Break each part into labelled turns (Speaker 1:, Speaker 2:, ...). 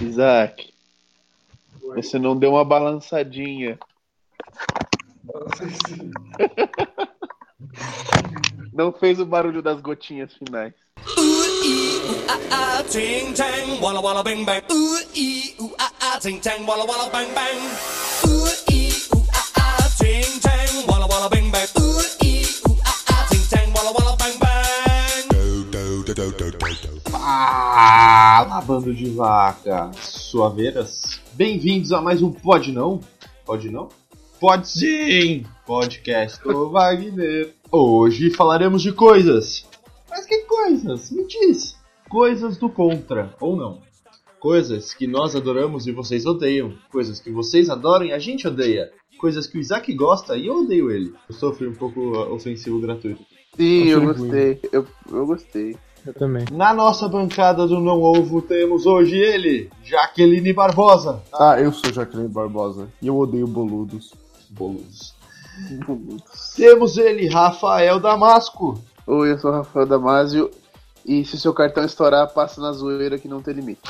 Speaker 1: Isaac, você não deu uma balançadinha. Não fez o barulho das gotinhas finais.
Speaker 2: Ting tang, walla walla bang bang. Ooh ee ooh ah ah, ting tang, walla walla bang bang. Ooh ee ooh ah ah, ting tang, walla walla bang bang. Ooh ee ooh ah ah, ting tang, walla walla bang bang.
Speaker 3: Fala, Ah, bando de vaca! Suaveiras! Bem-vindos a mais um Pode Não? Pode Não? Pode Sim! Podcast do Wagner. Hoje falaremos de coisas. Mas que coisas? Me diz! Coisas do contra, ou não. Coisas que nós adoramos e vocês odeiam. Coisas que vocês adoram e a gente odeia. Coisas que o Isaac gosta e eu odeio ele. Eu sofri um pouco uh, ofensivo gratuito.
Speaker 1: Sim, eu
Speaker 4: Achei
Speaker 1: gostei. Eu, eu gostei.
Speaker 4: Eu também.
Speaker 3: Na nossa bancada do Não Ovo temos hoje ele, Jaqueline Barbosa.
Speaker 5: Ah, eu sou Jaqueline Barbosa e eu odeio boludos.
Speaker 3: Bolos. Temos ele, Rafael Damasco.
Speaker 1: Oi, eu sou o Rafael Damasio. E se seu cartão estourar, passa na zoeira que não tem limite.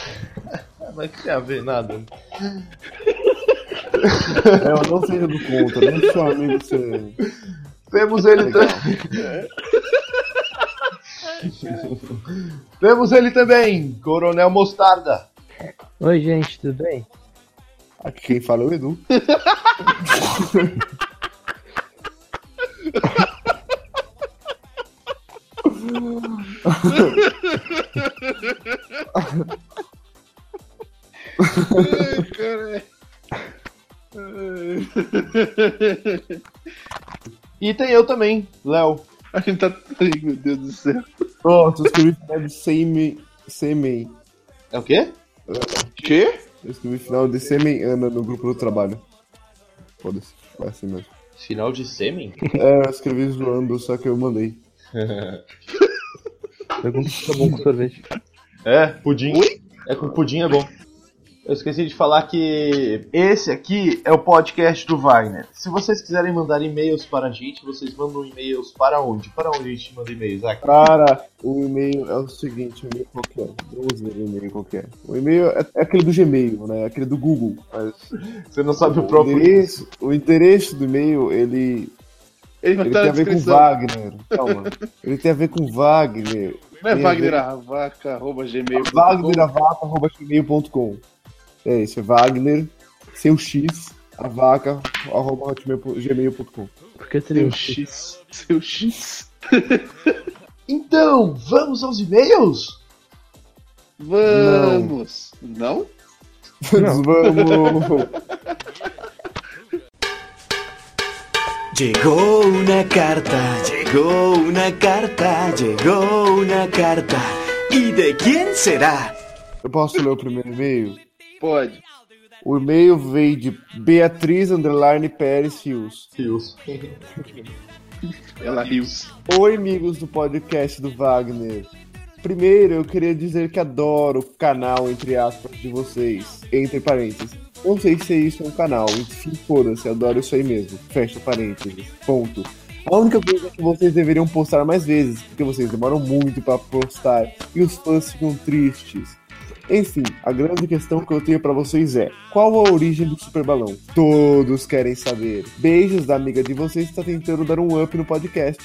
Speaker 3: Não Ah, tem a ver nada.
Speaker 5: É, eu não seja do contra, não seu amigo ser.
Speaker 3: Temos ele
Speaker 1: então.
Speaker 3: também. Temos ele também, Coronel Mostarda.
Speaker 4: Oi, gente, tudo bem?
Speaker 5: Aqui quem fala é o Edu.
Speaker 3: E tem eu também, Léo.
Speaker 1: A gente tá. Ai, meu Deus do céu.
Speaker 5: Pronto, eu escrevi final de semi. Semen.
Speaker 3: É o quê?
Speaker 1: Quê?
Speaker 5: Eu escrevi final de Semen Ana no grupo do trabalho. Foda-se, vai assim mesmo.
Speaker 3: Final de sêmen?
Speaker 5: É, eu escrevi zoando, só que eu mandei.
Speaker 4: Pergunta se tá bom com sorvete.
Speaker 3: É, pudim. É com pudim é bom. Eu esqueci de falar que esse aqui é o podcast do Wagner. Se vocês quiserem mandar e-mails para a gente, vocês mandam e-mails para onde? Para onde a gente manda e-mails, Isaac?
Speaker 5: Cara, o e-mail é o seguinte, o e-mail qualquer. Eu uso o e-mail qualquer. O e-mail é, é aquele do Gmail, né? É aquele do Google. Mas
Speaker 3: Você não sabe o
Speaker 5: o,
Speaker 3: próprio.
Speaker 5: endereço, o endereço do e-mail, ele
Speaker 1: Ele vai
Speaker 5: Ele
Speaker 1: estar na
Speaker 5: tem a ver com
Speaker 1: descrição.
Speaker 5: Wagner. Calma. Ele tem a ver com Wagner. né?
Speaker 1: Não é
Speaker 5: Tem a
Speaker 1: Wagner
Speaker 5: ver-
Speaker 1: Arravaca, arroba gmail.
Speaker 5: Wagneravaca.gmail.com É isso, é Wagner, seu X, a vaca, arroba hotmail- gmail.com.
Speaker 4: Por que seria
Speaker 1: Seu
Speaker 4: um X?
Speaker 1: X. Seu X.
Speaker 3: Então, vamos aos e-mails?
Speaker 1: Vamos! Não?
Speaker 5: Vamos!
Speaker 6: Llegó una carta, llegó una carta, llegó una carta. ¿Y de quién será?
Speaker 5: Eu posso ler o primeiro e-mail?
Speaker 1: Pode.
Speaker 5: O e-mail veio de Beatriz Underline Pérez Rios.
Speaker 3: Deus.
Speaker 1: Ela riu.
Speaker 5: Oi, amigos do podcast do Wagner. Primeiro, eu queria dizer que adoro o canal, entre aspas, de vocês. Entre parênteses. Não sei se isso é um canal, enfim, foda-se, adoro isso aí mesmo. Fecha parênteses. Ponto. A única coisa é que vocês deveriam postar mais vezes, porque vocês demoram muito pra postar e os fãs ficam tristes. Enfim, a grande questão que eu tenho pra vocês é: qual a origem do Super Balão? Todos querem saber. Beijos da amiga de vocês que está tentando dar um up no podcast.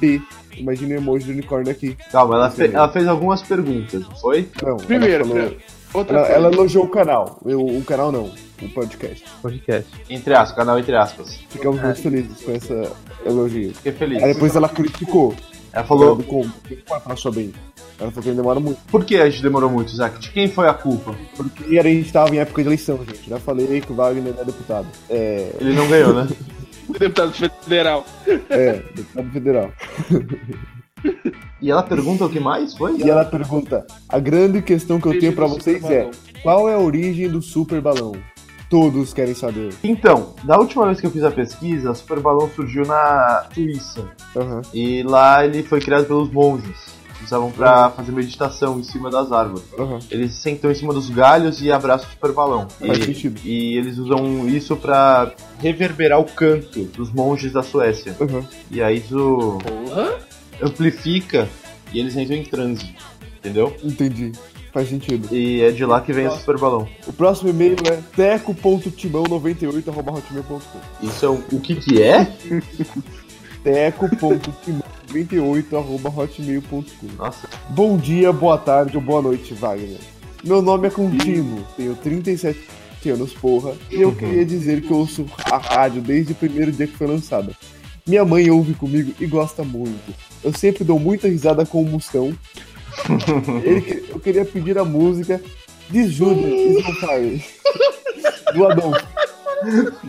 Speaker 5: B. Imagina o emoji do unicórnio aqui.
Speaker 3: Calma, ela, fe- ela fez algumas perguntas, não foi?
Speaker 5: Não,
Speaker 1: Primeiro,
Speaker 5: ela, falou-
Speaker 1: primeiro. outra
Speaker 5: ela,
Speaker 1: coisa.
Speaker 5: ela elogiou o canal. Eu, o canal não, o podcast.
Speaker 4: Podcast.
Speaker 3: Entre aspas, canal entre aspas.
Speaker 5: Ficamos muito felizes com essa elogio.
Speaker 3: Fiquei feliz.
Speaker 5: Aí depois ela criticou.
Speaker 3: Ela falou,
Speaker 5: Do como? Por que ela achou bem? Ela falou que ele demora muito.
Speaker 3: por que a gente demorou muito, Isaac? De quem foi a culpa?
Speaker 5: Porque a gente tava em época de eleição, gente. Já falei que o Wagner é deputado. É,
Speaker 3: Ele não ganhou, né?
Speaker 1: Deputado federal.
Speaker 5: é, deputado federal.
Speaker 3: E ela pergunta o que mais foi?
Speaker 5: E ela pergunta: a grande questão que eu tenho pra vocês é: qual é a origem do super balão? Todos querem saber.
Speaker 3: Então, da última vez que eu fiz a pesquisa, o Super Balão surgiu na Suíça.
Speaker 5: Aham.
Speaker 3: E lá ele foi criado pelos monges. que Usavam pra fazer meditação em cima das árvores.
Speaker 5: Aham.
Speaker 3: Eles sentam em cima dos galhos e abraçam o Super Balão.
Speaker 5: Faz
Speaker 3: E-
Speaker 5: sentido.
Speaker 3: E eles usam isso pra reverberar o canto dos monges da Suécia.
Speaker 5: Aham.
Speaker 3: E aí isso
Speaker 1: Porra!
Speaker 3: amplifica e eles entram em transe. Entendeu?
Speaker 5: Entendi. Faz sentido.
Speaker 3: E é de lá que vem o Super Balão.
Speaker 5: O próximo e-mail é teco.timão98.hotmail.com
Speaker 3: Isso é um... O que que é?
Speaker 5: teco.timão98.hotmail.com
Speaker 3: Nossa.
Speaker 5: Bom dia, boa tarde ou boa noite, Wagner. Meu nome é Contino, tenho 37 anos, porra, e eu queria dizer que eu ouço a rádio desde o primeiro dia que foi lançada. Minha mãe ouve comigo e gosta muito. Eu sempre dou muita risada com o Mustão. Ele que- eu queria pedir a música de Júlio e seu pai, do Adão,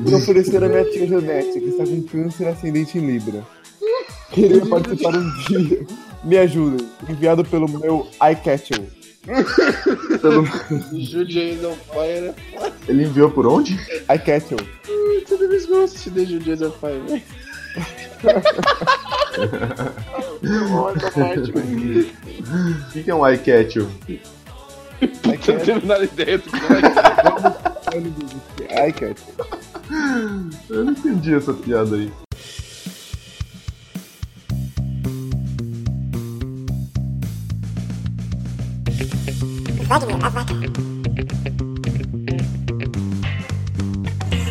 Speaker 5: e oferecer a minha tia Janete, que está com câncer ascendente em Libra. Queria participar um dia. Me ajudem. Enviado pelo meu iCatcher.
Speaker 1: Judiei não Fire.
Speaker 3: Ele enviou por onde?
Speaker 5: iCatcher.
Speaker 1: Toda vez que eu assisti The Judiei não Fire. Essa parte, velho.
Speaker 3: O que que é um iCatch?
Speaker 1: Não
Speaker 5: iCatcher.
Speaker 1: tenho nada ideia do que vai.
Speaker 5: iCatcher.
Speaker 3: Eu não entendi essa piada aí.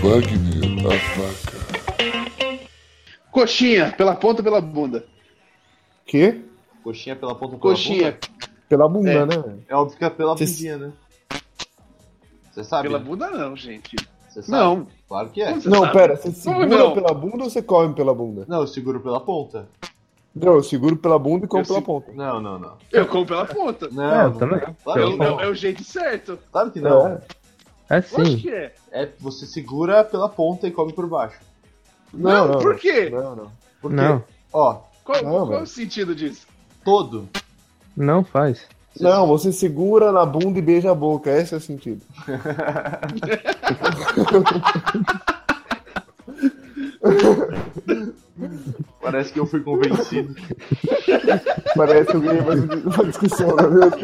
Speaker 7: Wagner, a vaca.
Speaker 1: é. Coxinha, pela ponta ou pela bunda?
Speaker 5: Que?
Speaker 3: Coxinha pela ponta pela
Speaker 1: Coxinha,
Speaker 5: Pela bunda,
Speaker 1: É.
Speaker 5: né, velho?
Speaker 3: É óbvio que é pela
Speaker 5: Cês-
Speaker 3: bundinha, né? Você sabe?
Speaker 1: pela
Speaker 3: né?
Speaker 1: bunda não, gente.
Speaker 3: Cê sabe?
Speaker 1: Não.
Speaker 3: Claro que é.
Speaker 1: Você
Speaker 5: Não,
Speaker 1: sabe.
Speaker 5: pera, você segura
Speaker 1: Como Ah, não?
Speaker 5: pela bunda ou você come pela bunda?
Speaker 3: Não, eu seguro pela ponta.
Speaker 5: Não, eu seguro pela bunda e como
Speaker 1: Eu
Speaker 5: pela
Speaker 1: se-
Speaker 5: ponta.
Speaker 3: Não, não, não.
Speaker 1: Eu como pela ponta.
Speaker 3: Não,
Speaker 5: Ah,
Speaker 4: eu
Speaker 3: não.
Speaker 4: Ah, também.
Speaker 3: Claro,
Speaker 1: É
Speaker 3: que
Speaker 1: o-
Speaker 3: não.
Speaker 1: é o jeito certo.
Speaker 3: Claro que não.
Speaker 5: É.
Speaker 4: É
Speaker 1: Lógico
Speaker 4: sim.
Speaker 1: que é.
Speaker 3: É, você segura pela ponta e come por baixo.
Speaker 1: Não, por quê?
Speaker 5: Não, não.
Speaker 3: Por quê?
Speaker 4: Não,
Speaker 3: Ó,
Speaker 1: Qual,
Speaker 5: Não,
Speaker 1: qual
Speaker 5: velho.
Speaker 1: é o sentido disso?
Speaker 3: todo.
Speaker 4: não faz.
Speaker 5: Não, você segura na bunda e beija a boca. Esse é o sentido.
Speaker 3: Parece que eu fui convencido.
Speaker 5: Parece é que eu ganhei mais uma discussão, não é mesmo?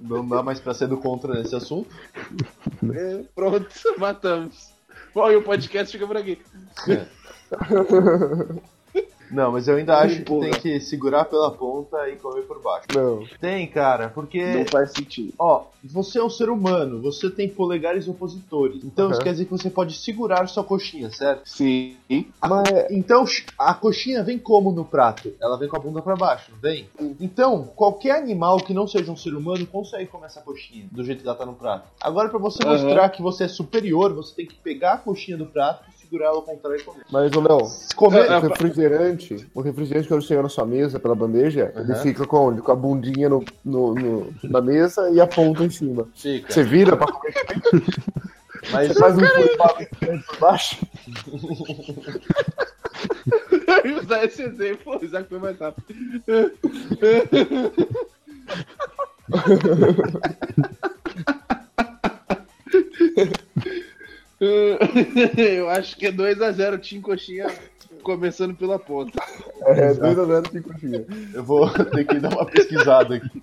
Speaker 3: não dá mais pra ser do contra nesse assunto.
Speaker 1: É, pronto, matamos. Bom, e o podcast fica por aqui.
Speaker 3: É. Não, mas eu ainda acho que
Speaker 1: Porra.
Speaker 3: tem que segurar pela ponta e comer por baixo.
Speaker 5: Não.
Speaker 3: Tem, cara, porque.
Speaker 1: É. Não faz sentido.
Speaker 3: Ó, você é um ser humano, você tem polegares opositores. Então isso
Speaker 5: Aham.
Speaker 3: quer dizer que você pode segurar sua coxinha, certo?
Speaker 1: Sim.
Speaker 5: Mas
Speaker 3: Então a coxinha vem como no prato? Ela vem com a bunda pra baixo, não vem? Então, qualquer animal que não seja um ser humano consegue comer essa coxinha do jeito que ela tá no prato. Agora, pra você
Speaker 1: Aham.
Speaker 3: mostrar que você é superior, você tem que pegar a coxinha do prato, segurar ela ao contrário e comer. É,
Speaker 5: Mas, ô Léo,
Speaker 3: Comer-
Speaker 5: o refrigerante, o refrigerante quando chega na sua mesa pela bandeja, ele fica com, onde? com a bundinha no, no- no- na mesa e a ponta em cima.
Speaker 3: Fica.
Speaker 5: Você vira pra comer,
Speaker 3: Mas
Speaker 5: você faz um flipado por baixo.
Speaker 1: Eu ia usar esse exemplo, o Isaac foi mais rápido. Eu acho que é 2x0 Tim Coxinha começando pela ponta.
Speaker 5: É, 2x0 fica coxinha.
Speaker 3: eu vou ter que dar uma pesquisada aqui.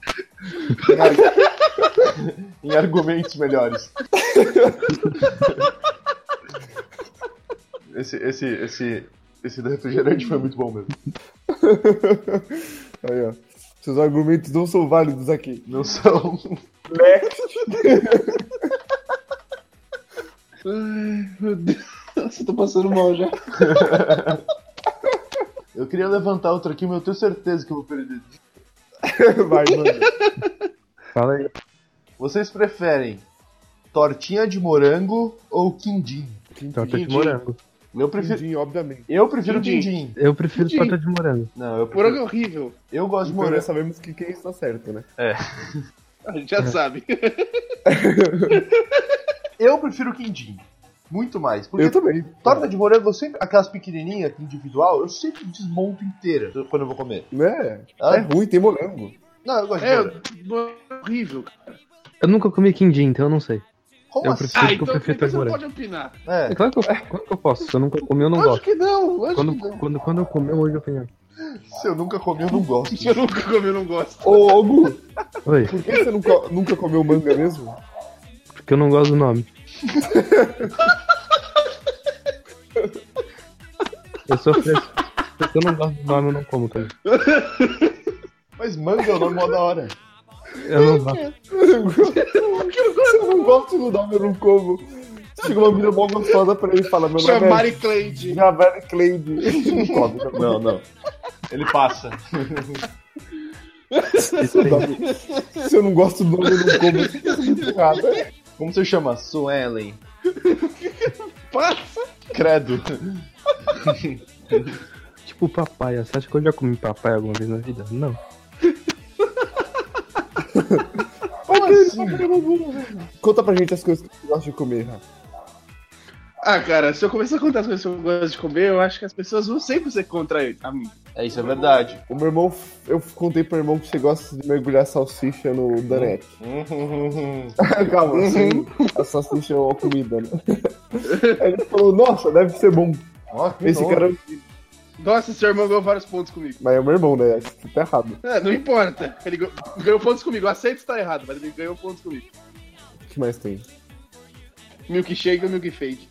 Speaker 3: Em, ar- em argumentos melhores. Esse, esse, esse, esse do refrigerante foi muito bom mesmo.
Speaker 5: Aí, ó. Seus argumentos não são válidos aqui.
Speaker 3: Não são.
Speaker 1: Ai, meu Deus, eu tô passando mal já.
Speaker 3: Eu queria levantar outro aqui, mas eu tenho certeza que eu vou perder.
Speaker 5: Vai, mano.
Speaker 4: Fala aí.
Speaker 3: Vocês preferem tortinha de morango ou quindim?
Speaker 4: Torta então, de
Speaker 1: Quindim.
Speaker 4: morango.
Speaker 3: Eu prefiro.
Speaker 5: Quindim, obviamente.
Speaker 3: Eu prefiro
Speaker 1: Quindim.
Speaker 3: quindim.
Speaker 4: Eu prefiro
Speaker 1: Quindim.
Speaker 4: torta de morango.
Speaker 3: Não, eu
Speaker 1: Morango
Speaker 3: prefiro.
Speaker 1: é horrível,
Speaker 3: Eu gosto de
Speaker 5: Então já
Speaker 3: morango.
Speaker 5: sabemos que quem está certo, né?
Speaker 1: a gente
Speaker 4: É.
Speaker 1: já sabe.
Speaker 3: Eu prefiro quindim. Muito mais. Porque
Speaker 5: Eu também.
Speaker 3: torta de morango, eu sempre, aquelas pequenininhas, aqui, individual, eu sempre desmonto inteira quando eu vou comer.
Speaker 5: Né?
Speaker 3: Ah.
Speaker 5: É ruim, tem morango.
Speaker 3: Não, eu gosto de
Speaker 1: É,
Speaker 3: morango.
Speaker 1: é horrível.
Speaker 4: Eu nunca comi quindim, então eu não sei.
Speaker 3: Como
Speaker 4: eu
Speaker 3: assim?
Speaker 4: prefiro-
Speaker 1: Ah,
Speaker 4: que eu
Speaker 1: então
Speaker 4: prefiro
Speaker 1: então você não
Speaker 4: morango.
Speaker 1: pode opinar.
Speaker 3: É.
Speaker 4: É claro que eu, claro que eu posso. Se eu nunca comi, eu não
Speaker 1: Acho
Speaker 4: gosto.
Speaker 1: que não, acho
Speaker 4: Quando,
Speaker 1: que não.
Speaker 4: quando, quando eu comi, hoje eu opinião.
Speaker 3: Se eu nunca comi, eu não gosto.
Speaker 1: Eu nunca comi, eu não gosto.
Speaker 5: Ô, ô Gu,
Speaker 4: Oi,
Speaker 5: por que você nunca, nunca comeu manga mesmo?
Speaker 4: porque eu não gosto do nome. Eu sou fresco. Se eu não gosto do nome, eu não como, tá ligado?
Speaker 3: Mas manga é o nome mó da hora.
Speaker 4: Eu não gosto.
Speaker 5: Se eu não gosto do nome, eu não como. Chega uma mina mó gostosa pra ele e fala: Meu nome é.
Speaker 3: Cleide.
Speaker 5: Javari Cleide. Não come, não.
Speaker 3: Não, não. Ele passa.
Speaker 4: Isso aí.
Speaker 5: Se eu não gosto do nome, eu não como. Isso é muito errado.
Speaker 3: Como você chama? Suelen.
Speaker 5: Passa.
Speaker 3: Credo.
Speaker 4: Tipo papaya. Você acha que eu já comi papaya alguma vez na vida? Não.
Speaker 5: Conta pra gente as coisas que você gosta de comer, né? Rafa.
Speaker 1: Ah, cara, se eu começar a contar as coisas que eu gosto de comer, eu acho que as pessoas vão sempre ser contra Ah, eu- a mim.
Speaker 3: É isso, é verdade.
Speaker 5: O meu irmão, eu contei pro irmão que você gosta de mergulhar salsicha no Danete. Calma, assim, a salsicha é uma comida, né? Aí ele falou, nossa, deve ser bom.
Speaker 3: Ó, que
Speaker 5: Esse
Speaker 3: nojo.
Speaker 5: cara.
Speaker 1: Nossa, seu irmão ganhou vários pontos comigo.
Speaker 5: Mas é meu irmão, né? Acho que tá errado.
Speaker 1: Ah, não importa. Ele go- ganhou pontos comigo. Eu aceito estar errado, mas ele ganhou pontos comigo.
Speaker 5: O que mais tem?
Speaker 1: Milkshake ou milkfake?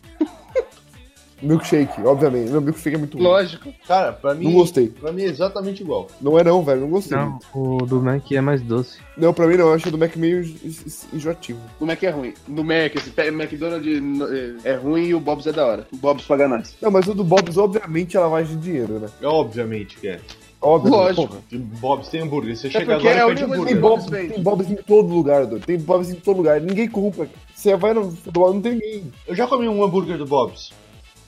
Speaker 5: Milkshake, obviamente. Meu milkshake é muito bom.
Speaker 1: Lógico.
Speaker 3: Cara, pra mim.
Speaker 5: Não gostei.
Speaker 3: Pra mim é exatamente igual.
Speaker 5: Não é não, velho. Não gostei.
Speaker 4: Não,
Speaker 5: Não.
Speaker 4: o do Mac é mais doce.
Speaker 5: pra mim não. Eu acho o do Mac meio enjo- enjoativo.
Speaker 1: No Mac é ruim. No Mac, esse pe- McDonald's no- é- é ruim e o Bob's é da hora. O Bob's paga nós.
Speaker 5: Não, mas o do Bob's, obviamente, é lavagem de dinheiro, né?
Speaker 3: É obviamente que é.
Speaker 5: Óbvio. né?
Speaker 1: Lógico.
Speaker 3: Bob's tem hambúrguer. Você chega
Speaker 1: porque
Speaker 3: agora
Speaker 1: é a
Speaker 3: e pede
Speaker 1: única coisa
Speaker 5: Tem
Speaker 3: hambúrguer.
Speaker 1: que
Speaker 5: Bob's, tem Bob's em todo lugar, doido. Tem Bob's em todo lugar. Ninguém compra. Você vai no futebol, não tem ninguém.
Speaker 3: Eu já comi um hambúrguer do Bob's.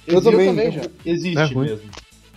Speaker 5: Eu
Speaker 3: Existe-
Speaker 5: também.
Speaker 3: Existe
Speaker 4: É ruim.
Speaker 3: mesmo.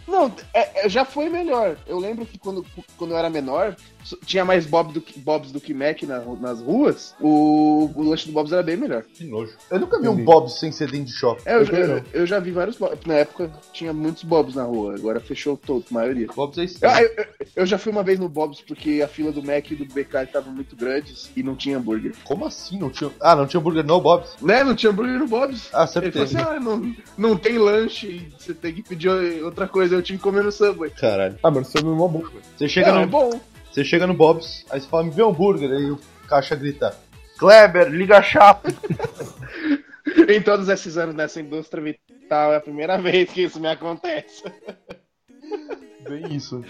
Speaker 1: Não, é- é- já foi melhor. Eu lembro que quando, quando eu era menor, so- tinha mais Bob do que, Bob's do que Mac na- nas ruas. O, o lanche do Bob's era bem melhor.
Speaker 3: Que nojo. Eu nunca vi um
Speaker 5: Entendi.
Speaker 3: Bob's sem ser dentro de shopping.
Speaker 1: É, eu,
Speaker 5: Eu
Speaker 1: já-
Speaker 5: também
Speaker 1: eu,
Speaker 5: não.
Speaker 1: eu já vi vários Bob's. Na época tinha muitos Bob's na rua, agora fechou todo, a maioria.
Speaker 3: Bob's é
Speaker 1: Eu,
Speaker 3: estranho.
Speaker 1: eu- eu já fui uma vez no Bob's porque a fila do Mac e do BK tava muito grandes e não tinha hambúrguer.
Speaker 3: Como assim? Não tinha... Ah, não tinha hambúrguer no Bob's?
Speaker 1: Né? Não tinha hambúrguer no Bob's.
Speaker 3: Ah,
Speaker 1: Ele falou assim:
Speaker 3: certeza.
Speaker 1: ah, não, não tem lanche, você tem que pedir outra coisa, eu tinha que comer no Subway.
Speaker 3: Caralho.
Speaker 5: Ah, mano, isso é uma boa.
Speaker 3: Você chega,
Speaker 1: não, é
Speaker 3: no...
Speaker 1: bom.
Speaker 3: você chega no Bob's, aí você fala, me vê um hambúrguer. Aí o caixa grita, Kleber, liga a chapa.
Speaker 1: Em todos esses anos nessa indústria vital, é a primeira vez que isso me acontece.
Speaker 3: Bem isso.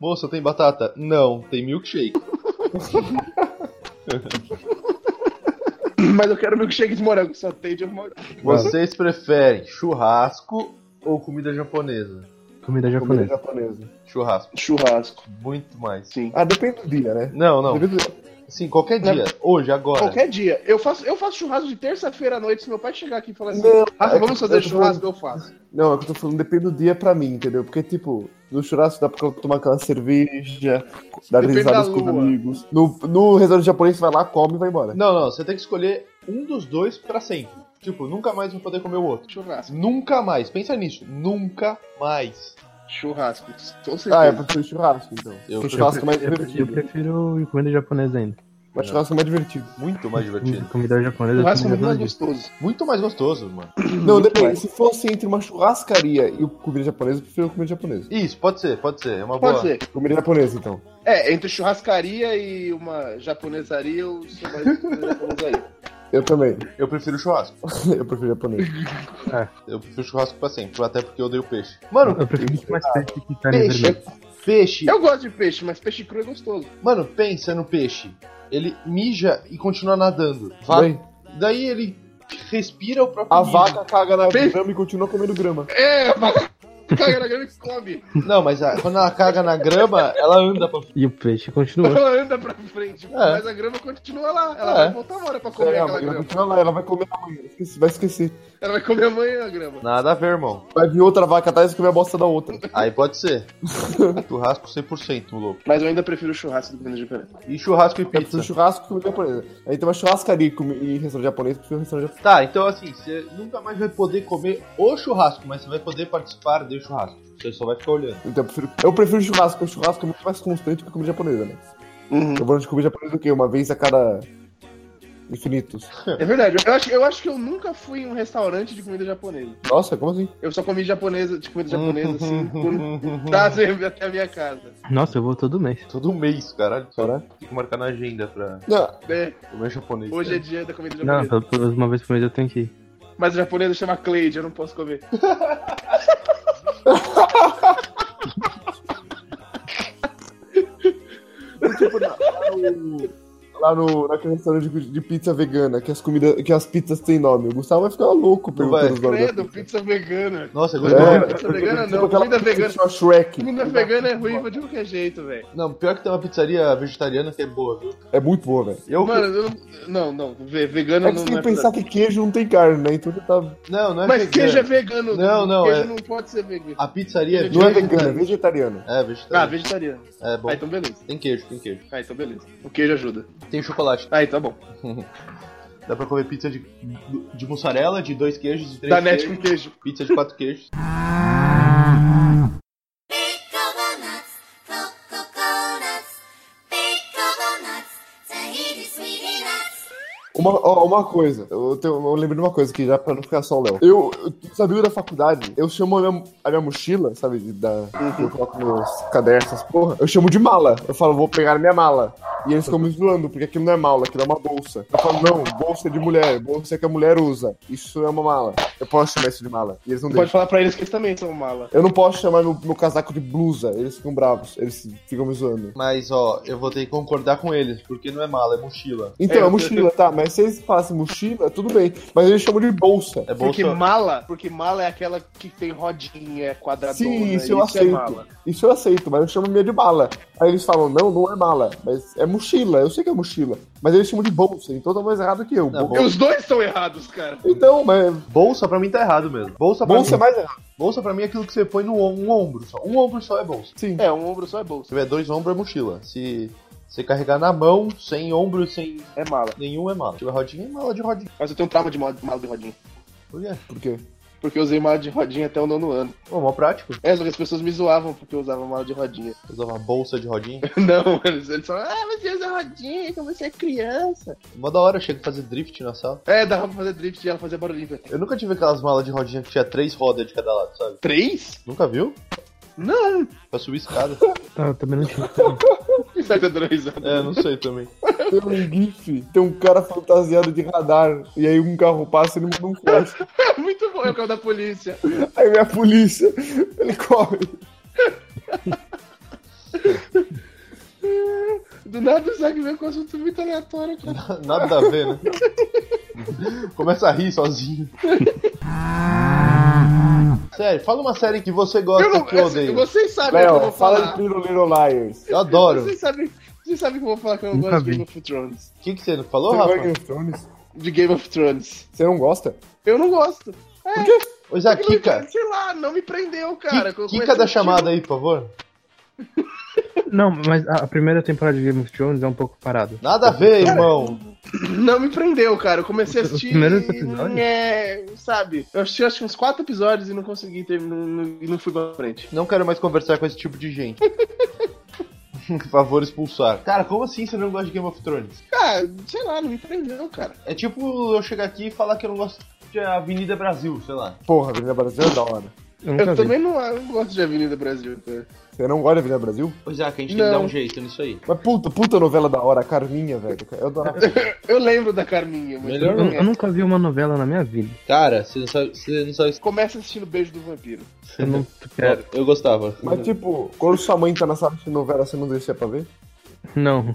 Speaker 3: Moça, tem batata? Não, tem milkshake.
Speaker 1: Mas eu quero milkshake de morango, só tem de morango.
Speaker 3: Vocês preferem churrasco ou comida japonesa?
Speaker 4: Comida
Speaker 5: Comida
Speaker 4: japonesa.
Speaker 5: japonesa.
Speaker 3: Churrasco,
Speaker 1: Churrasco,
Speaker 3: muito mais.
Speaker 1: sim.
Speaker 5: Ah, depende do dia, né?
Speaker 3: Não, não.
Speaker 5: Depende do dia.
Speaker 3: Sim, qualquer dia. Hoje, agora.
Speaker 1: Qualquer dia. Eu faço, eu faço churrasco de terça-feira à noite. Se meu pai chegar aqui e falar assim,
Speaker 5: Não,
Speaker 1: Rafa,
Speaker 5: é
Speaker 1: vamos
Speaker 5: que-
Speaker 1: fazer
Speaker 5: eu tô
Speaker 1: churrasco, eu faço.
Speaker 5: Não, é que eu tô falando, depende do dia pra mim, entendeu? Porque, tipo, no churrasco dá pra tomar aquela cerveja, dar
Speaker 1: Depende
Speaker 5: risadas
Speaker 1: da
Speaker 5: com os
Speaker 1: lua.
Speaker 5: amigos. No, no restaurante japonês, você vai lá, come e vai embora.
Speaker 3: Não, não. Você tem que escolher um dos dois pra sempre. Tipo, nunca mais vou poder comer o outro.
Speaker 1: Churrasco,
Speaker 3: Nunca mais. Pensa nisso. Nunca mais.
Speaker 1: churrasco. Com certeza.
Speaker 5: Ah, é pra ser churrasco, então.
Speaker 3: Eu-
Speaker 5: Porque churrasco é mais
Speaker 4: Eu
Speaker 5: divertido.
Speaker 4: prefiro comida japonesa ainda.
Speaker 5: Mas churrasco é mais divertido.
Speaker 3: Muito mais divertido.
Speaker 4: Comida japonesa é
Speaker 1: churrasco é muito
Speaker 4: comida
Speaker 1: mais
Speaker 4: japonesa.
Speaker 1: gostoso.
Speaker 3: Muito mais gostoso, mano.
Speaker 1: Uhum.
Speaker 5: Não, depende. Se fosse entre uma churrascaria e comida japonesa, eu prefiro comida japonesa.
Speaker 3: Isso, pode ser, pode ser. É uma
Speaker 1: Pode
Speaker 3: boa.
Speaker 1: ser.
Speaker 5: Comida japonesa, então.
Speaker 1: É, entre churrascaria e uma japonesaria, eu sou mais japonesaria.
Speaker 5: Eu também.
Speaker 3: Eu prefiro churrasco.
Speaker 5: Eu prefiro japonês.
Speaker 3: Eu prefiro churrasco pra sempre. Até porque eu odeio peixe. Mano,
Speaker 4: Eu prefiro muito mais peixe que carne vermelha.
Speaker 3: peixe. Peixe.
Speaker 1: Eu gosto de peixe, mas peixe cru é gostoso.
Speaker 3: Mano, pensa no peixe. Ele mija e continua nadando.
Speaker 5: Vai.
Speaker 3: Daí ele respira o próprio
Speaker 5: A
Speaker 3: mijo.
Speaker 5: vaca caga na
Speaker 1: Fez-
Speaker 5: grama e continua comendo grama.
Speaker 1: É, mas caga na grama e come.
Speaker 3: Não, mas a- quando ela caga na grama, ela anda pra
Speaker 4: E o peixe continua.
Speaker 1: Ela anda pra frente, mas a grama continua lá. Ela
Speaker 3: É.
Speaker 1: vai voltar uma hora pra comer
Speaker 5: É, a
Speaker 1: aquela
Speaker 5: vaca
Speaker 1: grama.
Speaker 5: continua lá, ela vai comer amanhã. Esqueci- Vai esquecer.
Speaker 1: Ela vai comer amanhã a grama.
Speaker 3: Nada a ver, irmão.
Speaker 5: Vai vir outra vaca atrás e comer a bosta da outra.
Speaker 3: Aí pode ser. churrasco 100%, louco.
Speaker 1: Mas eu ainda prefiro churrasco do que comida japonesa.
Speaker 3: E churrasco e
Speaker 5: Eu prefiro
Speaker 3: pizza.
Speaker 5: churrasco e comida japonesa. Aí tem uma churrascaria e comi- e restaurante japonês, eu prefiro restaurante japonês.
Speaker 3: Tá, então assim, você nunca mais vai poder comer o churrasco, mas você vai poder participar do churrasco. Você só vai ficar olhando.
Speaker 5: Então eu prefiro, eu prefiro churrasco, porque churrasco é muito mais constante que comida japonesa, né?
Speaker 1: Uhum.
Speaker 5: Eu vou de comida japonesa o quê? Uma vez a cada infinitos.
Speaker 1: É verdade. Eu acho, eu acho que eu nunca fui em um restaurante de comida japonesa.
Speaker 5: Nossa, como assim?
Speaker 1: Eu só comi japonesa, de comida japonesa, assim, por trazer até a minha casa.
Speaker 4: Nossa, eu vou todo mês.
Speaker 3: Tá Todo mês, caralho. Só
Speaker 5: Caraca.
Speaker 3: tem que marcar na agenda pra
Speaker 5: Não,
Speaker 1: É,
Speaker 3: comer japonês.
Speaker 1: hoje é
Speaker 3: cara.
Speaker 1: dia da comida
Speaker 4: Não,
Speaker 1: japonesa.
Speaker 4: pelo- pelo- uma vez por mês eu tenho que ir.
Speaker 1: mas o japonês chama Cleide, eu não posso comer.
Speaker 5: Tipo, na- lá no- lá no, naquele restaurante de, de pizza vegana, que as, comida, que as pizzas têm nome. O Gustavo vai ficar louco
Speaker 3: vai.
Speaker 5: perguntando os nomes.
Speaker 1: Credo, pizza vegana.
Speaker 3: Nossa, agora eu
Speaker 5: É.
Speaker 1: Pizza vegana
Speaker 5: Tipo
Speaker 1: não,
Speaker 5: aquela
Speaker 1: comida
Speaker 5: pizza que
Speaker 1: vegana.
Speaker 5: chama Shrek.
Speaker 1: Comida vegana é ruim mas de qualquer jeito, velho.
Speaker 3: Não, pior que tem uma pizzaria vegetariana que é boa, viu?
Speaker 5: É muito boa, velho.
Speaker 3: Eu...
Speaker 1: Mano, eu não, não, não, ve- vegano
Speaker 5: É que
Speaker 1: não,
Speaker 5: você tem
Speaker 1: não
Speaker 5: que pensar que queijo não tem carne, né? Então você tá.
Speaker 3: Não, não é
Speaker 1: Mas queijo é
Speaker 3: vegano.
Speaker 1: vegano.
Speaker 3: Não, não,
Speaker 1: Queijo
Speaker 3: é-
Speaker 1: não pode ser vegano.
Speaker 3: A pizzaria
Speaker 5: Não é vegano, é vegetariano.
Speaker 3: É,
Speaker 1: Ah,
Speaker 3: vegetariana.
Speaker 1: vegetariano.
Speaker 3: É bom.
Speaker 1: Ah, então beleza.
Speaker 3: Tem queijo, tem queijo.
Speaker 1: Ah, então beleza. O queijo ajuda.
Speaker 3: Tem chocolate.
Speaker 1: Ah, então tá bom.
Speaker 3: Dá pra comer pizza de, de mussarela, de dois queijos, de três
Speaker 1: Dá net
Speaker 3: queijos.
Speaker 1: com queijo.
Speaker 3: Pizza de quatro queijos.
Speaker 8: Coconuts, coconuts, big coconuts, Tahiti sweetie nuts.
Speaker 5: Uma, ó, uma coisa, eu, tenho, eu lembrei de uma coisa que já pra não ficar só o Léo. Eu, eu sabia da faculdade, eu chamo a minha, a minha mochila, sabe? de- Da,
Speaker 1: Uhum.
Speaker 5: que eu coloco nos cadernos, essas porra. Eu chamo de mala. Eu falo, vou pegar minha mala. E eles ficam me zoando, porque aquilo não é mala, aquilo é uma bolsa. Eu falo, não, bolsa é de mulher, bolsa é que a mulher usa. Isso é uma mala. Eu posso chamar isso de mala. E eles não deixam.
Speaker 1: Pode falar pra eles que eles também são mala.
Speaker 5: Eu não posso chamar meu, meu casaco de blusa. Eles ficam bravos, eles ficam me zoando.
Speaker 3: Mas, ó, eu vou ter que concordar com eles, porque não é mala, é mochila.
Speaker 5: Então,
Speaker 1: É,
Speaker 5: é mochila, tá? Mas se eles falassem mochila, tudo bem. Mas eles chamam de bolsa.
Speaker 3: É bolsa.
Speaker 1: Porque mala, porque mala é aquela que tem rodinha, é quadradona.
Speaker 5: Sim, isso eu
Speaker 1: é
Speaker 5: aceito.
Speaker 1: mala.
Speaker 5: isso eu aceito, mas eu chamo minha de mala. Aí eles falam, não, não é mala, mas é mochila. Eu sei que é mochila, mas eles chamam de bolsa, então tá mais errado que eu.
Speaker 3: Não,
Speaker 5: Bo-
Speaker 1: E os dois estão errados, cara.
Speaker 5: Então, mas
Speaker 3: Bolsa pra mim tá errado mesmo. Bolsa pra,
Speaker 5: bolsa é
Speaker 3: mim,
Speaker 5: mais errado.
Speaker 3: bolsa pra mim é aquilo que você põe no om- um ombro só. Um ombro só é bolsa.
Speaker 5: Sim.
Speaker 1: É, um ombro só é
Speaker 3: Se
Speaker 1: bolsa.
Speaker 3: tiver dois ombros é mochila. Se você carregar na mão, sem ombro, sem
Speaker 1: É mala.
Speaker 3: nenhum é mala. Se tiver rodinha, é mala de rodinha.
Speaker 1: Mas eu tenho um trauma de mala, mala de rodinha.
Speaker 3: Por quê?
Speaker 5: Por quê?
Speaker 1: Porque eu usei mala de rodinha até o nono ano.
Speaker 3: Pô, mó prático.
Speaker 1: É, só que as pessoas me zoavam porque eu usava mala de rodinha.
Speaker 3: Usava bolsa de rodinha.
Speaker 1: Não, eles, eles falavam, ah, você usa rodinha, então você é criança.
Speaker 3: Mó da hora, eu chego a fazer drift na sala.
Speaker 1: É, dava pra fazer drift e ela fazia barulhinho. velho.
Speaker 3: Eu nunca tive aquelas malas de rodinha que tinha três rodas de cada lado, sabe?
Speaker 1: Três?
Speaker 3: Nunca viu?
Speaker 1: Não.
Speaker 3: Pra subir escada.
Speaker 4: Tá, eu também não tinha.
Speaker 1: Isso tá dando risada.
Speaker 3: é, não sei também.
Speaker 5: Tem um gif, tem um cara fantasiado de radar, e aí um carro passa e ele manda um flash.
Speaker 1: É muito bom, é o carro da polícia.
Speaker 5: Aí vem a polícia, ele corre.
Speaker 1: Do nada o Zack vem com um assunto muito aleatório, cara.
Speaker 3: Nada a ver, né? Começa a rir sozinho. Sério, fala uma série que você gosta
Speaker 1: Eu não, assim,
Speaker 3: que eu odeio.
Speaker 1: vocês sabem o que eu
Speaker 5: Léo,
Speaker 1: vou
Speaker 5: fala
Speaker 1: falar.
Speaker 5: de Little Little Liars.
Speaker 3: Eu adoro.
Speaker 1: Vocês sabem, vocês sabem que eu vou falar que eu não
Speaker 4: Nunca
Speaker 1: gosto de
Speaker 4: vi.
Speaker 1: Game of Thrones.
Speaker 3: O que, que você não falou,
Speaker 5: Você não gosta
Speaker 3: Rafa?
Speaker 5: de Game of Thrones?
Speaker 1: De Game of Thrones.
Speaker 5: Você não gosta?
Speaker 1: Eu não gosto.
Speaker 3: Ô, Isaac,
Speaker 1: Aquilo-
Speaker 3: Kika.
Speaker 1: Sei lá, não me prendeu, cara.
Speaker 3: Ki-
Speaker 1: Eu
Speaker 3: Kika
Speaker 1: comecei
Speaker 3: da
Speaker 1: a
Speaker 3: chamada aí, por favor.
Speaker 4: Não, mas a a primeira temporada de Game of Thrones é um pouco parada.
Speaker 3: Nada a ver, irmão.
Speaker 1: assistir- Não me prendeu, cara. Eu comecei a
Speaker 4: Os- os
Speaker 1: assistir.
Speaker 4: primeiros
Speaker 1: e-
Speaker 4: episódios?
Speaker 1: É, sabe? Eu assisti acho que uns quatro episódios e não consegui ter. não- não- E não fui pra frente.
Speaker 3: Não quero mais conversar com esse tipo de gente. Por favor, expulsar. Cara, como assim você não gosta de Game of Thrones?
Speaker 1: Cara, Ah, sei lá, não me prendeu, cara.
Speaker 3: É tipo eu chegar aqui e falar que eu não gosto de Avenida Brasil, sei lá.
Speaker 5: Porra, Avenida Brasil é da hora.
Speaker 4: Eu
Speaker 1: Eu
Speaker 4: nunca vi.
Speaker 1: também não, eu não gosto de Avenida Brasil, tá? cara.
Speaker 5: Você não gosta de Avenida Brasil?
Speaker 3: Pois é, que a gente
Speaker 1: Não.
Speaker 3: tem que dar um jeito nisso aí.
Speaker 5: Mas puta, puta novela da hora, Carminha, velho. Eu adorava.
Speaker 1: Eu lembro da Carminha, mas
Speaker 3: Melhor
Speaker 1: não
Speaker 4: Eu, eu nunca vi uma novela na minha vida.
Speaker 3: Cara, você não sabe. Você não sabe
Speaker 1: Começa assistindo Beijo do Vampiro.
Speaker 4: Eu não quero.
Speaker 3: Eu gostava.
Speaker 5: Mas tipo, quando sua mãe tá na sala de novela, você não descia pra ver?
Speaker 4: Não.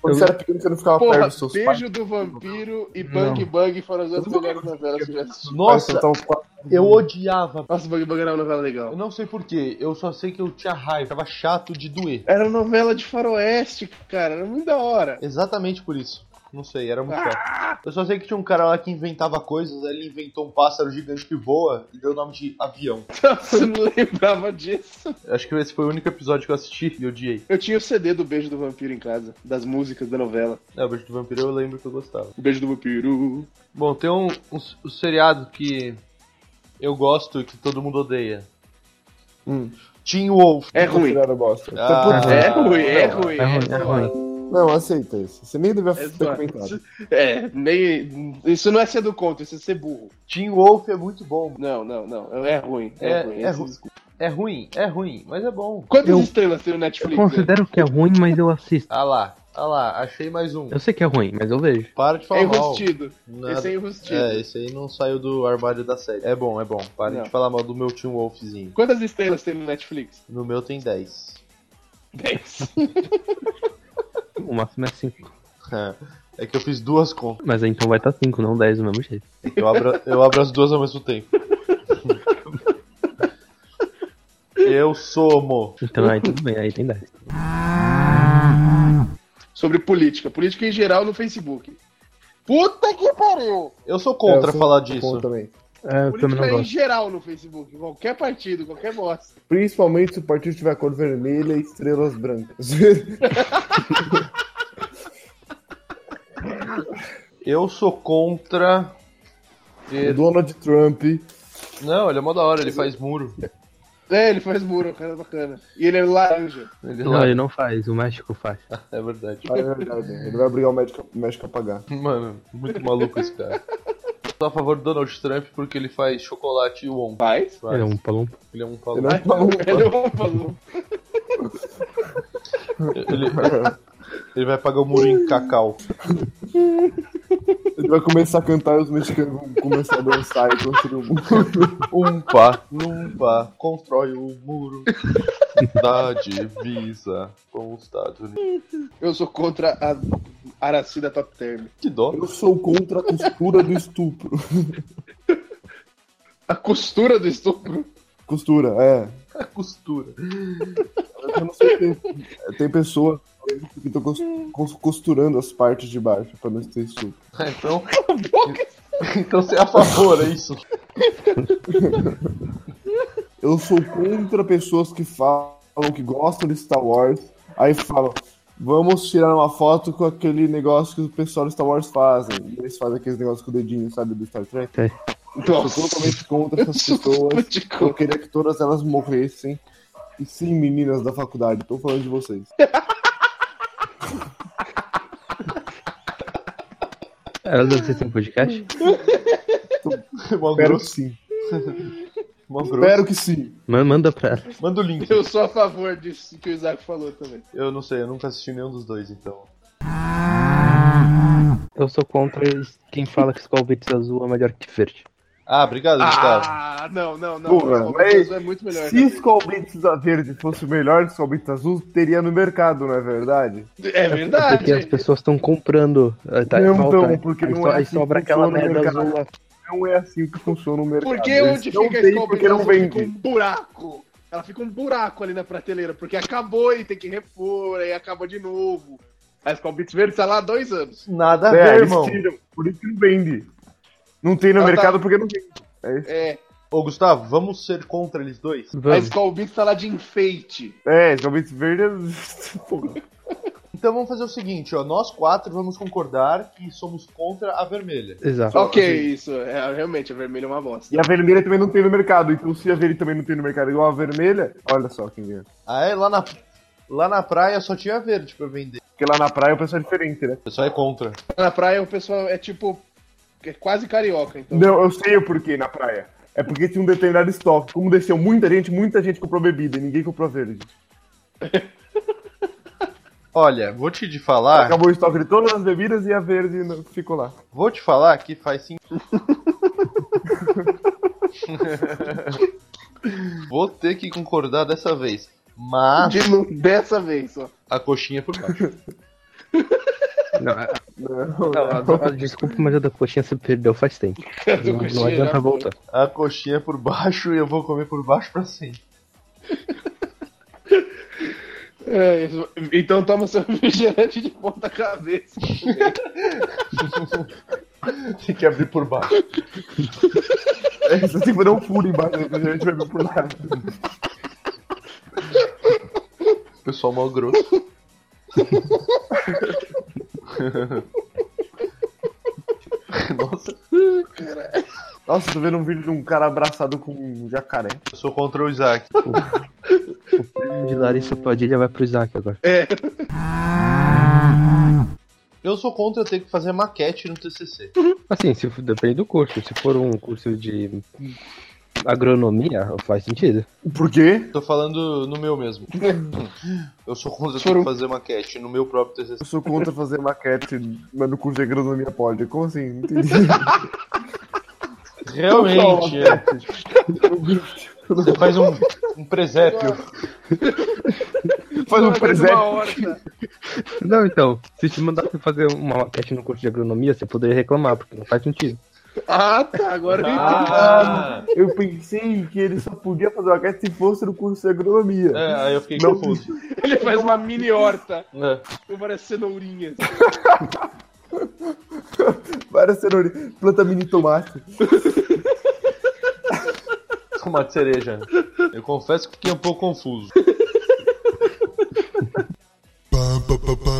Speaker 5: Quando
Speaker 4: Eu-
Speaker 5: você era pequeno, você não ficava
Speaker 1: Porra,
Speaker 5: perto dos seus pais?
Speaker 1: Beijo do Vampiro e Bang
Speaker 4: Não.
Speaker 1: Bang foram as duas melhores novelas Uhum. que eu já assisti.
Speaker 3: Nossa,
Speaker 5: Então, tá-
Speaker 3: eu odiava.
Speaker 1: Nossa, Bang Bang era uma novela
Speaker 3: Eu
Speaker 1: legal.
Speaker 3: não sei porquê, eu só sei que eu tinha raiva, tava chato de doer.
Speaker 1: Era uma novela de faroeste, cara. Era muito da hora.
Speaker 3: Exatamente por isso. Não sei, era muito chato. Eu só sei que tinha um cara lá que inventava coisas, aí ele inventou um pássaro gigante que voa e deu o nome de avião.
Speaker 1: Nossa, Então, eu não lembrava disso.
Speaker 3: Eu Acho que esse foi o único episódio que eu assisti e odiei.
Speaker 1: Eu tinha o CD do Beijo do Vampiro em casa, das músicas da novela.
Speaker 3: É, o Beijo do Vampiro eu lembro que eu gostava.
Speaker 1: Beijo do Vampiro.
Speaker 3: Bom, tem um, um, s- um seriado que eu gosto e que todo mundo odeia.
Speaker 5: Hum.
Speaker 3: Teen Wolf.
Speaker 1: É ruim.
Speaker 5: Tirar o bosta.
Speaker 3: Ah,
Speaker 5: Então, putz,
Speaker 1: É ruim, é
Speaker 3: não,
Speaker 1: ruim.
Speaker 4: É ruim, é
Speaker 1: zoado.
Speaker 4: ruim.
Speaker 5: Não, aceita isso. Você nem devia
Speaker 1: É
Speaker 5: ter
Speaker 1: zoado.
Speaker 5: comentado.
Speaker 1: É, nem. Isso não é ser do conto, isso é ser burro.
Speaker 3: Teen Wolf é muito bom.
Speaker 1: Não, não, não. É ruim. É,
Speaker 3: É-
Speaker 1: ruim.
Speaker 3: é
Speaker 1: Esse-
Speaker 3: ruim. É ruim, é ruim, mas é bom.
Speaker 1: Quantas
Speaker 4: Eu-
Speaker 1: estrelas tem o
Speaker 4: Eu
Speaker 1: Netflix?
Speaker 4: considero que é ruim, mas eu assisto.
Speaker 3: Ah lá, Ah lá, achei mais um.
Speaker 4: Eu sei que é ruim, mas eu vejo.
Speaker 3: Para de
Speaker 1: É
Speaker 3: falar mal.
Speaker 1: enrustido.
Speaker 3: Nada-
Speaker 1: Esse é enrustido.
Speaker 3: É, esse aí não saiu do armário da série. É bom, é bom. Para
Speaker 1: Não.
Speaker 3: de falar mal do meu Team Wolfzinho.
Speaker 1: Quantas estrelas tem no Netflix?
Speaker 3: No meu tem 10.
Speaker 1: 10.
Speaker 4: O máximo é 5.
Speaker 3: É que eu fiz duas contas.
Speaker 4: Mas aí, então vai estar 5, não 10 do mesmo jeito.
Speaker 3: Eu abro, eu abro as duas ao mesmo tempo. Eu somo.
Speaker 4: Então aí tudo bem, aí tem 10.
Speaker 1: Sobre política. Política em geral no Facebook. Puta que pariu!
Speaker 3: Eu sou contra
Speaker 5: É, Eu sou
Speaker 3: falar
Speaker 5: Bom
Speaker 3: disso.
Speaker 5: também.
Speaker 4: É, eu também
Speaker 1: Política
Speaker 4: não
Speaker 1: em
Speaker 4: gosto.
Speaker 1: geral no Facebook. Qualquer partido, qualquer bosta.
Speaker 5: Principalmente se o partido tiver cor vermelha e estrelas brancas.
Speaker 3: Eu sou contra.
Speaker 5: O Donald Trump.
Speaker 3: Não, ele é mó da hora, ele faz muro.
Speaker 1: É, ele faz muro, cara bacana. E ele é laranja.
Speaker 3: Ele
Speaker 4: Não,
Speaker 3: lá.
Speaker 4: ele não faz, o México faz.
Speaker 3: É verdade.
Speaker 5: Ah, é verdade. Ele vai obrigar o médico, o médico a pagar.
Speaker 3: Mano, muito maluco esse cara. Sou a favor do Donald Trump porque ele faz chocolate e won.
Speaker 1: Faz?
Speaker 4: Ele é um palom.
Speaker 3: Ele é um
Speaker 5: Ele
Speaker 3: palumpa.
Speaker 5: não falou.
Speaker 1: Ele é um falou.
Speaker 3: Ele, ele vai pagar o muro em cacau.
Speaker 5: Ele vai começar a cantar e os mexicanos vão começar a dançar e construir o mundo.
Speaker 3: Umpa, lumpa, constrói o muro da divisa com os Estados Unidos.
Speaker 1: Eu sou contra a Aracida Top Term.
Speaker 3: Que dó.
Speaker 5: Eu sou contra a costura do estupro.
Speaker 1: A costura do estupro.
Speaker 5: Costura, é.
Speaker 3: A costura.
Speaker 5: Eu não sei tem, tem pessoa que estão costurando as partes de baixo pra não ter estupro.
Speaker 3: Ah, Então, então você é a favor, é isso?
Speaker 5: Eu sou contra pessoas que falam que gostam de Star Wars, aí falam, vamos tirar uma foto com aquele negócio que o pessoal do Star Wars fazem. E eles fazem aqueles negócios com o dedinho, sabe, do Star Trek. Eu
Speaker 1: Nossa.
Speaker 5: sou totalmente contra essas
Speaker 1: Sou
Speaker 5: pessoas.
Speaker 1: muito
Speaker 5: Eu
Speaker 1: contra.
Speaker 5: queria que todas elas morressem. E sim, meninas da faculdade, tô falando de vocês.
Speaker 4: Ela deve ser um podcast?
Speaker 3: Mó
Speaker 5: Espero que
Speaker 3: grosso,
Speaker 5: sim.
Speaker 3: mó grosso.
Speaker 5: Espero que sim.
Speaker 4: Ma- Manda pra ela.
Speaker 3: Manda o link.
Speaker 1: Eu sou a favor disso que o Isaac falou também.
Speaker 3: Eu não sei, eu nunca assisti nenhum dos dois, então.
Speaker 4: Eu sou contra quem fala que Skull Beats azul é melhor que verde.
Speaker 3: Ah, obrigado, Gustavo.
Speaker 1: Ah, não, não, não.
Speaker 5: Porra,
Speaker 1: Não,
Speaker 5: mas-
Speaker 1: isso é muito melhor.
Speaker 5: Se Scalbits verde fosse o melhor Scalbits azul, teria no mercado, não é verdade?
Speaker 1: É
Speaker 4: Porque as
Speaker 1: verdade.
Speaker 4: pessoas estão comprando. Aí Tá,
Speaker 5: Ah, Não,
Speaker 4: falta,
Speaker 5: então,
Speaker 4: aí-
Speaker 5: porque
Speaker 4: aí
Speaker 5: não
Speaker 4: só-
Speaker 5: é
Speaker 4: aí
Speaker 5: assim
Speaker 4: sobra
Speaker 5: que
Speaker 4: aquela
Speaker 5: funciona o
Speaker 4: merda
Speaker 5: mercado.
Speaker 4: azul lá.
Speaker 5: Não é assim que funciona o mercado.
Speaker 1: Porque
Speaker 5: Eles
Speaker 1: onde
Speaker 5: não
Speaker 1: fica a
Speaker 5: tem,
Speaker 1: escola
Speaker 5: porque não
Speaker 1: fica um
Speaker 5: vende.
Speaker 1: buraco. Ela fica um buraco ali na prateleira, porque acabou e tem que repor, aí acaba de novo. A Skull Beats Verde tá lá há dois anos.
Speaker 3: Nada a
Speaker 5: É,
Speaker 3: ver,
Speaker 5: eles
Speaker 3: irmão.
Speaker 5: tiram, por isso que não vende. Não tem no
Speaker 1: Ela tá-
Speaker 5: mercado porque não vende.
Speaker 1: É,
Speaker 3: Ô, Gustavo, vamos ser contra eles dois?
Speaker 1: a
Speaker 4: Vamos.
Speaker 1: Skull Beats tá lá de enfeite.
Speaker 5: É, Scalbits verde é... Porra.
Speaker 3: Então vamos fazer o seguinte, ó. Nós quatro vamos concordar que somos contra a vermelha.
Speaker 4: Exato.
Speaker 1: Ok, isso. É, realmente, a vermelha é uma bosta.
Speaker 5: E a vermelha também não tem no mercado. Então se a verde também não tem no mercado igual a vermelha, olha só quem ganha.
Speaker 3: Ah, é? Lá na, lá na praia só tinha verde pra vender.
Speaker 5: Porque lá na praia o pessoal é diferente, né?
Speaker 3: O pessoal é contra.
Speaker 1: Na praia o pessoal é tipo. É quase carioca, então.
Speaker 5: Não, eu sei o porquê na praia. É porque tinha um determinado estoque. Como desceu muita gente, muita gente comprou bebida e ninguém comprou verde.
Speaker 3: Olha, vou te de falar,
Speaker 5: Acabou o estoque de todas as bebidas e a verde não- ficou lá.
Speaker 3: vou te falar que faz sentido. vou ter que concordar dessa vez. Mas
Speaker 1: De novo, dessa vez só.
Speaker 3: a coxinha é por baixo.
Speaker 4: Não, a-
Speaker 5: Não,
Speaker 4: não, a- a- desculpa, mas a da coxinha se perdeu faz tempo. Não, não adianta voltar.
Speaker 3: A coxinha é por baixo e eu vou comer por baixo pra sempre.
Speaker 1: É, isso. então toma seu refrigerante de ponta cabeça.
Speaker 3: Tem que abrir por baixo.
Speaker 5: Você tem que fazer um furo embaixo, depois a gente vai ver por lá.
Speaker 3: Pessoal mal grosso. Nossa,
Speaker 5: Nossa, tô vendo um vídeo de um cara abraçado com um jacaré.
Speaker 3: eu sou contra o Isaac.
Speaker 4: O prêmio de Larissa Padilha vai pro Isaac agora.
Speaker 3: Eu sou contra ter que fazer maquete no TCC.
Speaker 4: Assim, se, for- depende do curso. Se for um curso de agronomia faz sentido.
Speaker 5: Por quê?
Speaker 3: Tô falando no meu mesmo. Eu sou contra
Speaker 1: Foram-
Speaker 3: tu fazer maquete no meu próprio TCC.
Speaker 5: Eu sou contra fazer maquete, mas no curso de agronomia pode. Como assim? Não entendi.
Speaker 3: Realmente, é. Você faz um, um presépio.
Speaker 5: Faz um
Speaker 1: Faz
Speaker 5: presépio.
Speaker 1: uma horta.
Speaker 4: Não, então, se te mandasse fazer uma maquete no curso de agronomia, você poderia reclamar, porque não faz sentido.
Speaker 1: Ah, tá. Agora eu entendi.
Speaker 3: Ah,
Speaker 5: Eu pensei que ele só podia fazer maquete se fosse no curso de agronomia.
Speaker 3: é, aí eu fiquei
Speaker 5: Não.
Speaker 3: confuso.
Speaker 1: Ele faz uma mini horta.
Speaker 3: É.
Speaker 1: Eu pareço cenourinha.
Speaker 5: Várias cenourinhas. Planta mini tomate.
Speaker 3: Tomate cereja. Eu confesso que fiquei um pouco confuso.
Speaker 7: Bum ba ba bum ba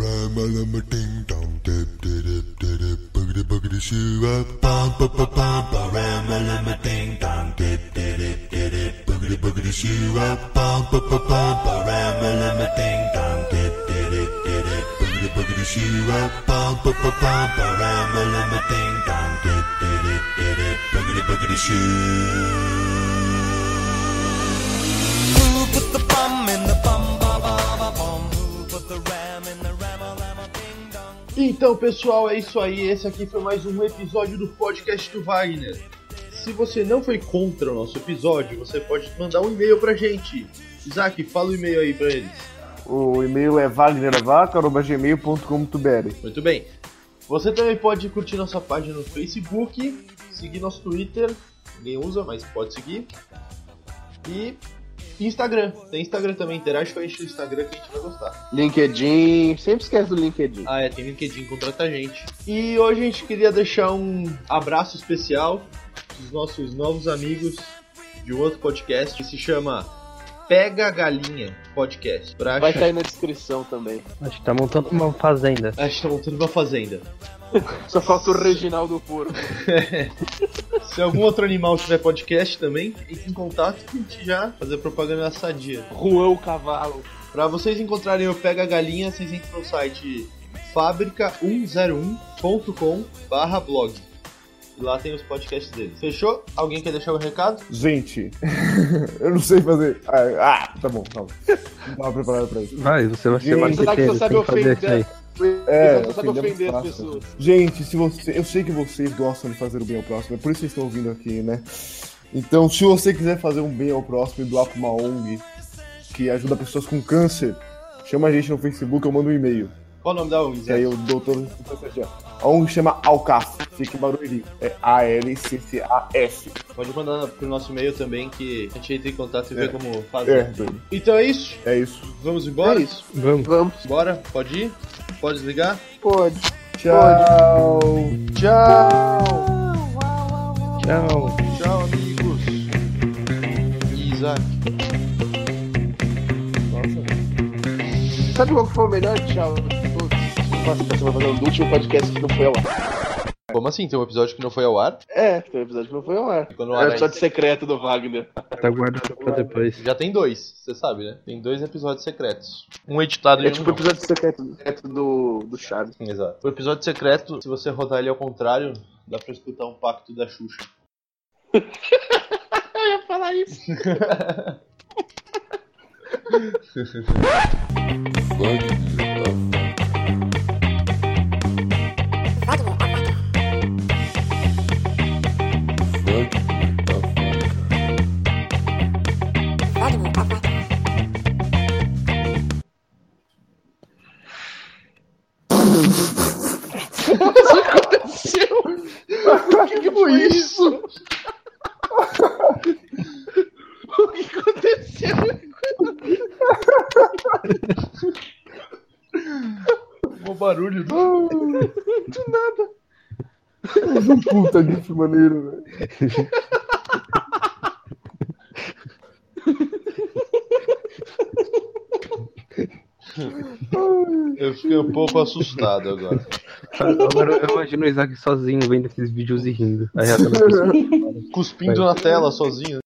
Speaker 7: ram ba lam ba ding dong dip dip dip dip dip boogity boogity shoo up. Bum ba ba bum ba ram ba lam ba ding dong dip dip dip dip dip boogity boogity shoo up. Bum ba ba bum ba ram ba lam ba ding dong dip dip dip dip dip boogity boogity shoo up. Bum ba ba bum ba ram ba lam ba ding dong dip dip dip dip dip boogity boogity shoo.
Speaker 2: Who put the bum in the bum ba ba ba bum? Who put the ram in the ram a lam a ding dong?
Speaker 3: Então, pessoal, é isso aí. Esse aqui foi mais um episódio do podcast do Wagner. Se você não foi contra o nosso episódio, você pode mandar um e-mail pra gente. Isaac, fala o e-mail aí pra eles.
Speaker 5: O e-mail é wagneravaca.gmail.com.br
Speaker 3: Muito bem. Você também pode curtir nossa página no Facebook, seguir nosso Twitter, ninguém usa, mas pode seguir. E Instagram, tem Instagram também, interage com a gente no Instagram que a gente vai gostar.
Speaker 1: LinkedIn. Sempre esquece do LinkedIn.
Speaker 3: Ah é, tem LinkedIn, contrata a gente. E hoje a gente queria deixar um abraço especial dos nossos novos amigos de um outro podcast que se chama Pega a Galinha Podcast. Pra
Speaker 1: Vai
Speaker 3: achar-
Speaker 1: estar aí na descrição também.
Speaker 4: Acho que tá montando uma fazenda.
Speaker 3: A gente tá montando uma fazenda.
Speaker 1: Só falta o Reginaldo Puro.
Speaker 3: Se algum outro animal tiver podcast também, entre em contato que a gente já fazer propaganda da sadia.
Speaker 1: Juan o Cavalo.
Speaker 3: Pra vocês encontrarem o Pega Galinha, vocês entram no site fábrica101.com barra blog. E Lá tem os podcasts deles. Fechou? Alguém quer deixar um recado?
Speaker 5: Gente, eu não sei fazer. Ah, ah, tá bom, calma. Não tava preparado pra isso.
Speaker 4: Vai, você vai ser
Speaker 1: Você sabe
Speaker 5: Gente,
Speaker 1: que
Speaker 4: marqueteiro,
Speaker 1: você sabe
Speaker 4: tem que fazer isso aí.
Speaker 1: ofender.
Speaker 5: É,
Speaker 1: Você sabe
Speaker 5: ofendemos
Speaker 1: ofender as
Speaker 5: fácil.
Speaker 1: pessoas.
Speaker 5: Gente, se você. Eu sei que vocês gostam de fazer o bem ao próximo, é por isso que vocês estão ouvindo aqui, né? Então, se você quiser fazer um bem ao próximo e doar pra uma ONG que ajuda pessoas com câncer, chama a gente no Facebook, eu mando um e-mail.
Speaker 3: Qual o nome da ONG?
Speaker 5: E
Speaker 3: Zé?
Speaker 5: aí eu dou todas as informações. já. A ONG chama Alcaf, fica em Barueri. É A-L-C-C-A-F.
Speaker 3: Pode mandar pro nosso e-mail também que a gente entra em contato e vê
Speaker 5: É.
Speaker 3: como fazer.
Speaker 5: É, doido.
Speaker 3: Então é isso.
Speaker 5: é isso.
Speaker 3: Vamos embora?
Speaker 1: É isso.
Speaker 4: Vamos.
Speaker 1: Vamos.
Speaker 3: Bora? Pode ir? Pode desligar?
Speaker 1: Pode.
Speaker 5: Tchau.
Speaker 3: Tchau!
Speaker 4: Tchau.
Speaker 3: Tchau, amigos! Isaac.
Speaker 1: Sabe qual que foi o melhor tchau de todos? Nossa, você vai fazer o último podcast que não foi ao ar.
Speaker 3: Como assim? Tem um episódio que não foi ao ar?
Speaker 1: É, tem um episódio que não foi ao ar.
Speaker 3: Quando o
Speaker 1: É o
Speaker 3: ar
Speaker 1: episódio secreto do Wagner.
Speaker 4: Tá guardado pra depois.
Speaker 3: Já tem dois, você sabe, né? Tem dois episódios secretos. Um editado e
Speaker 1: É
Speaker 3: um
Speaker 1: tipo o
Speaker 3: não.
Speaker 1: episódio secreto, secreto do, do Chaves.
Speaker 3: Exato. O episódio secreto, se você rodar ele ao contrário, dá pra escutar um pacto da Xuxa.
Speaker 1: Eu ia falar isso.
Speaker 7: Wagner a Vaca. Wagner a Vaca.
Speaker 1: O que, que foi isso? o que aconteceu?
Speaker 3: O barulho do...
Speaker 5: Puta que maneiro, velho.
Speaker 3: Eu fiquei um pouco assustado agora.
Speaker 4: Agora eu tá imagino o Isaac sozinho vendo esses vídeos e rindo. A reação das pessoas.
Speaker 3: Cuspindo na tela sozinho.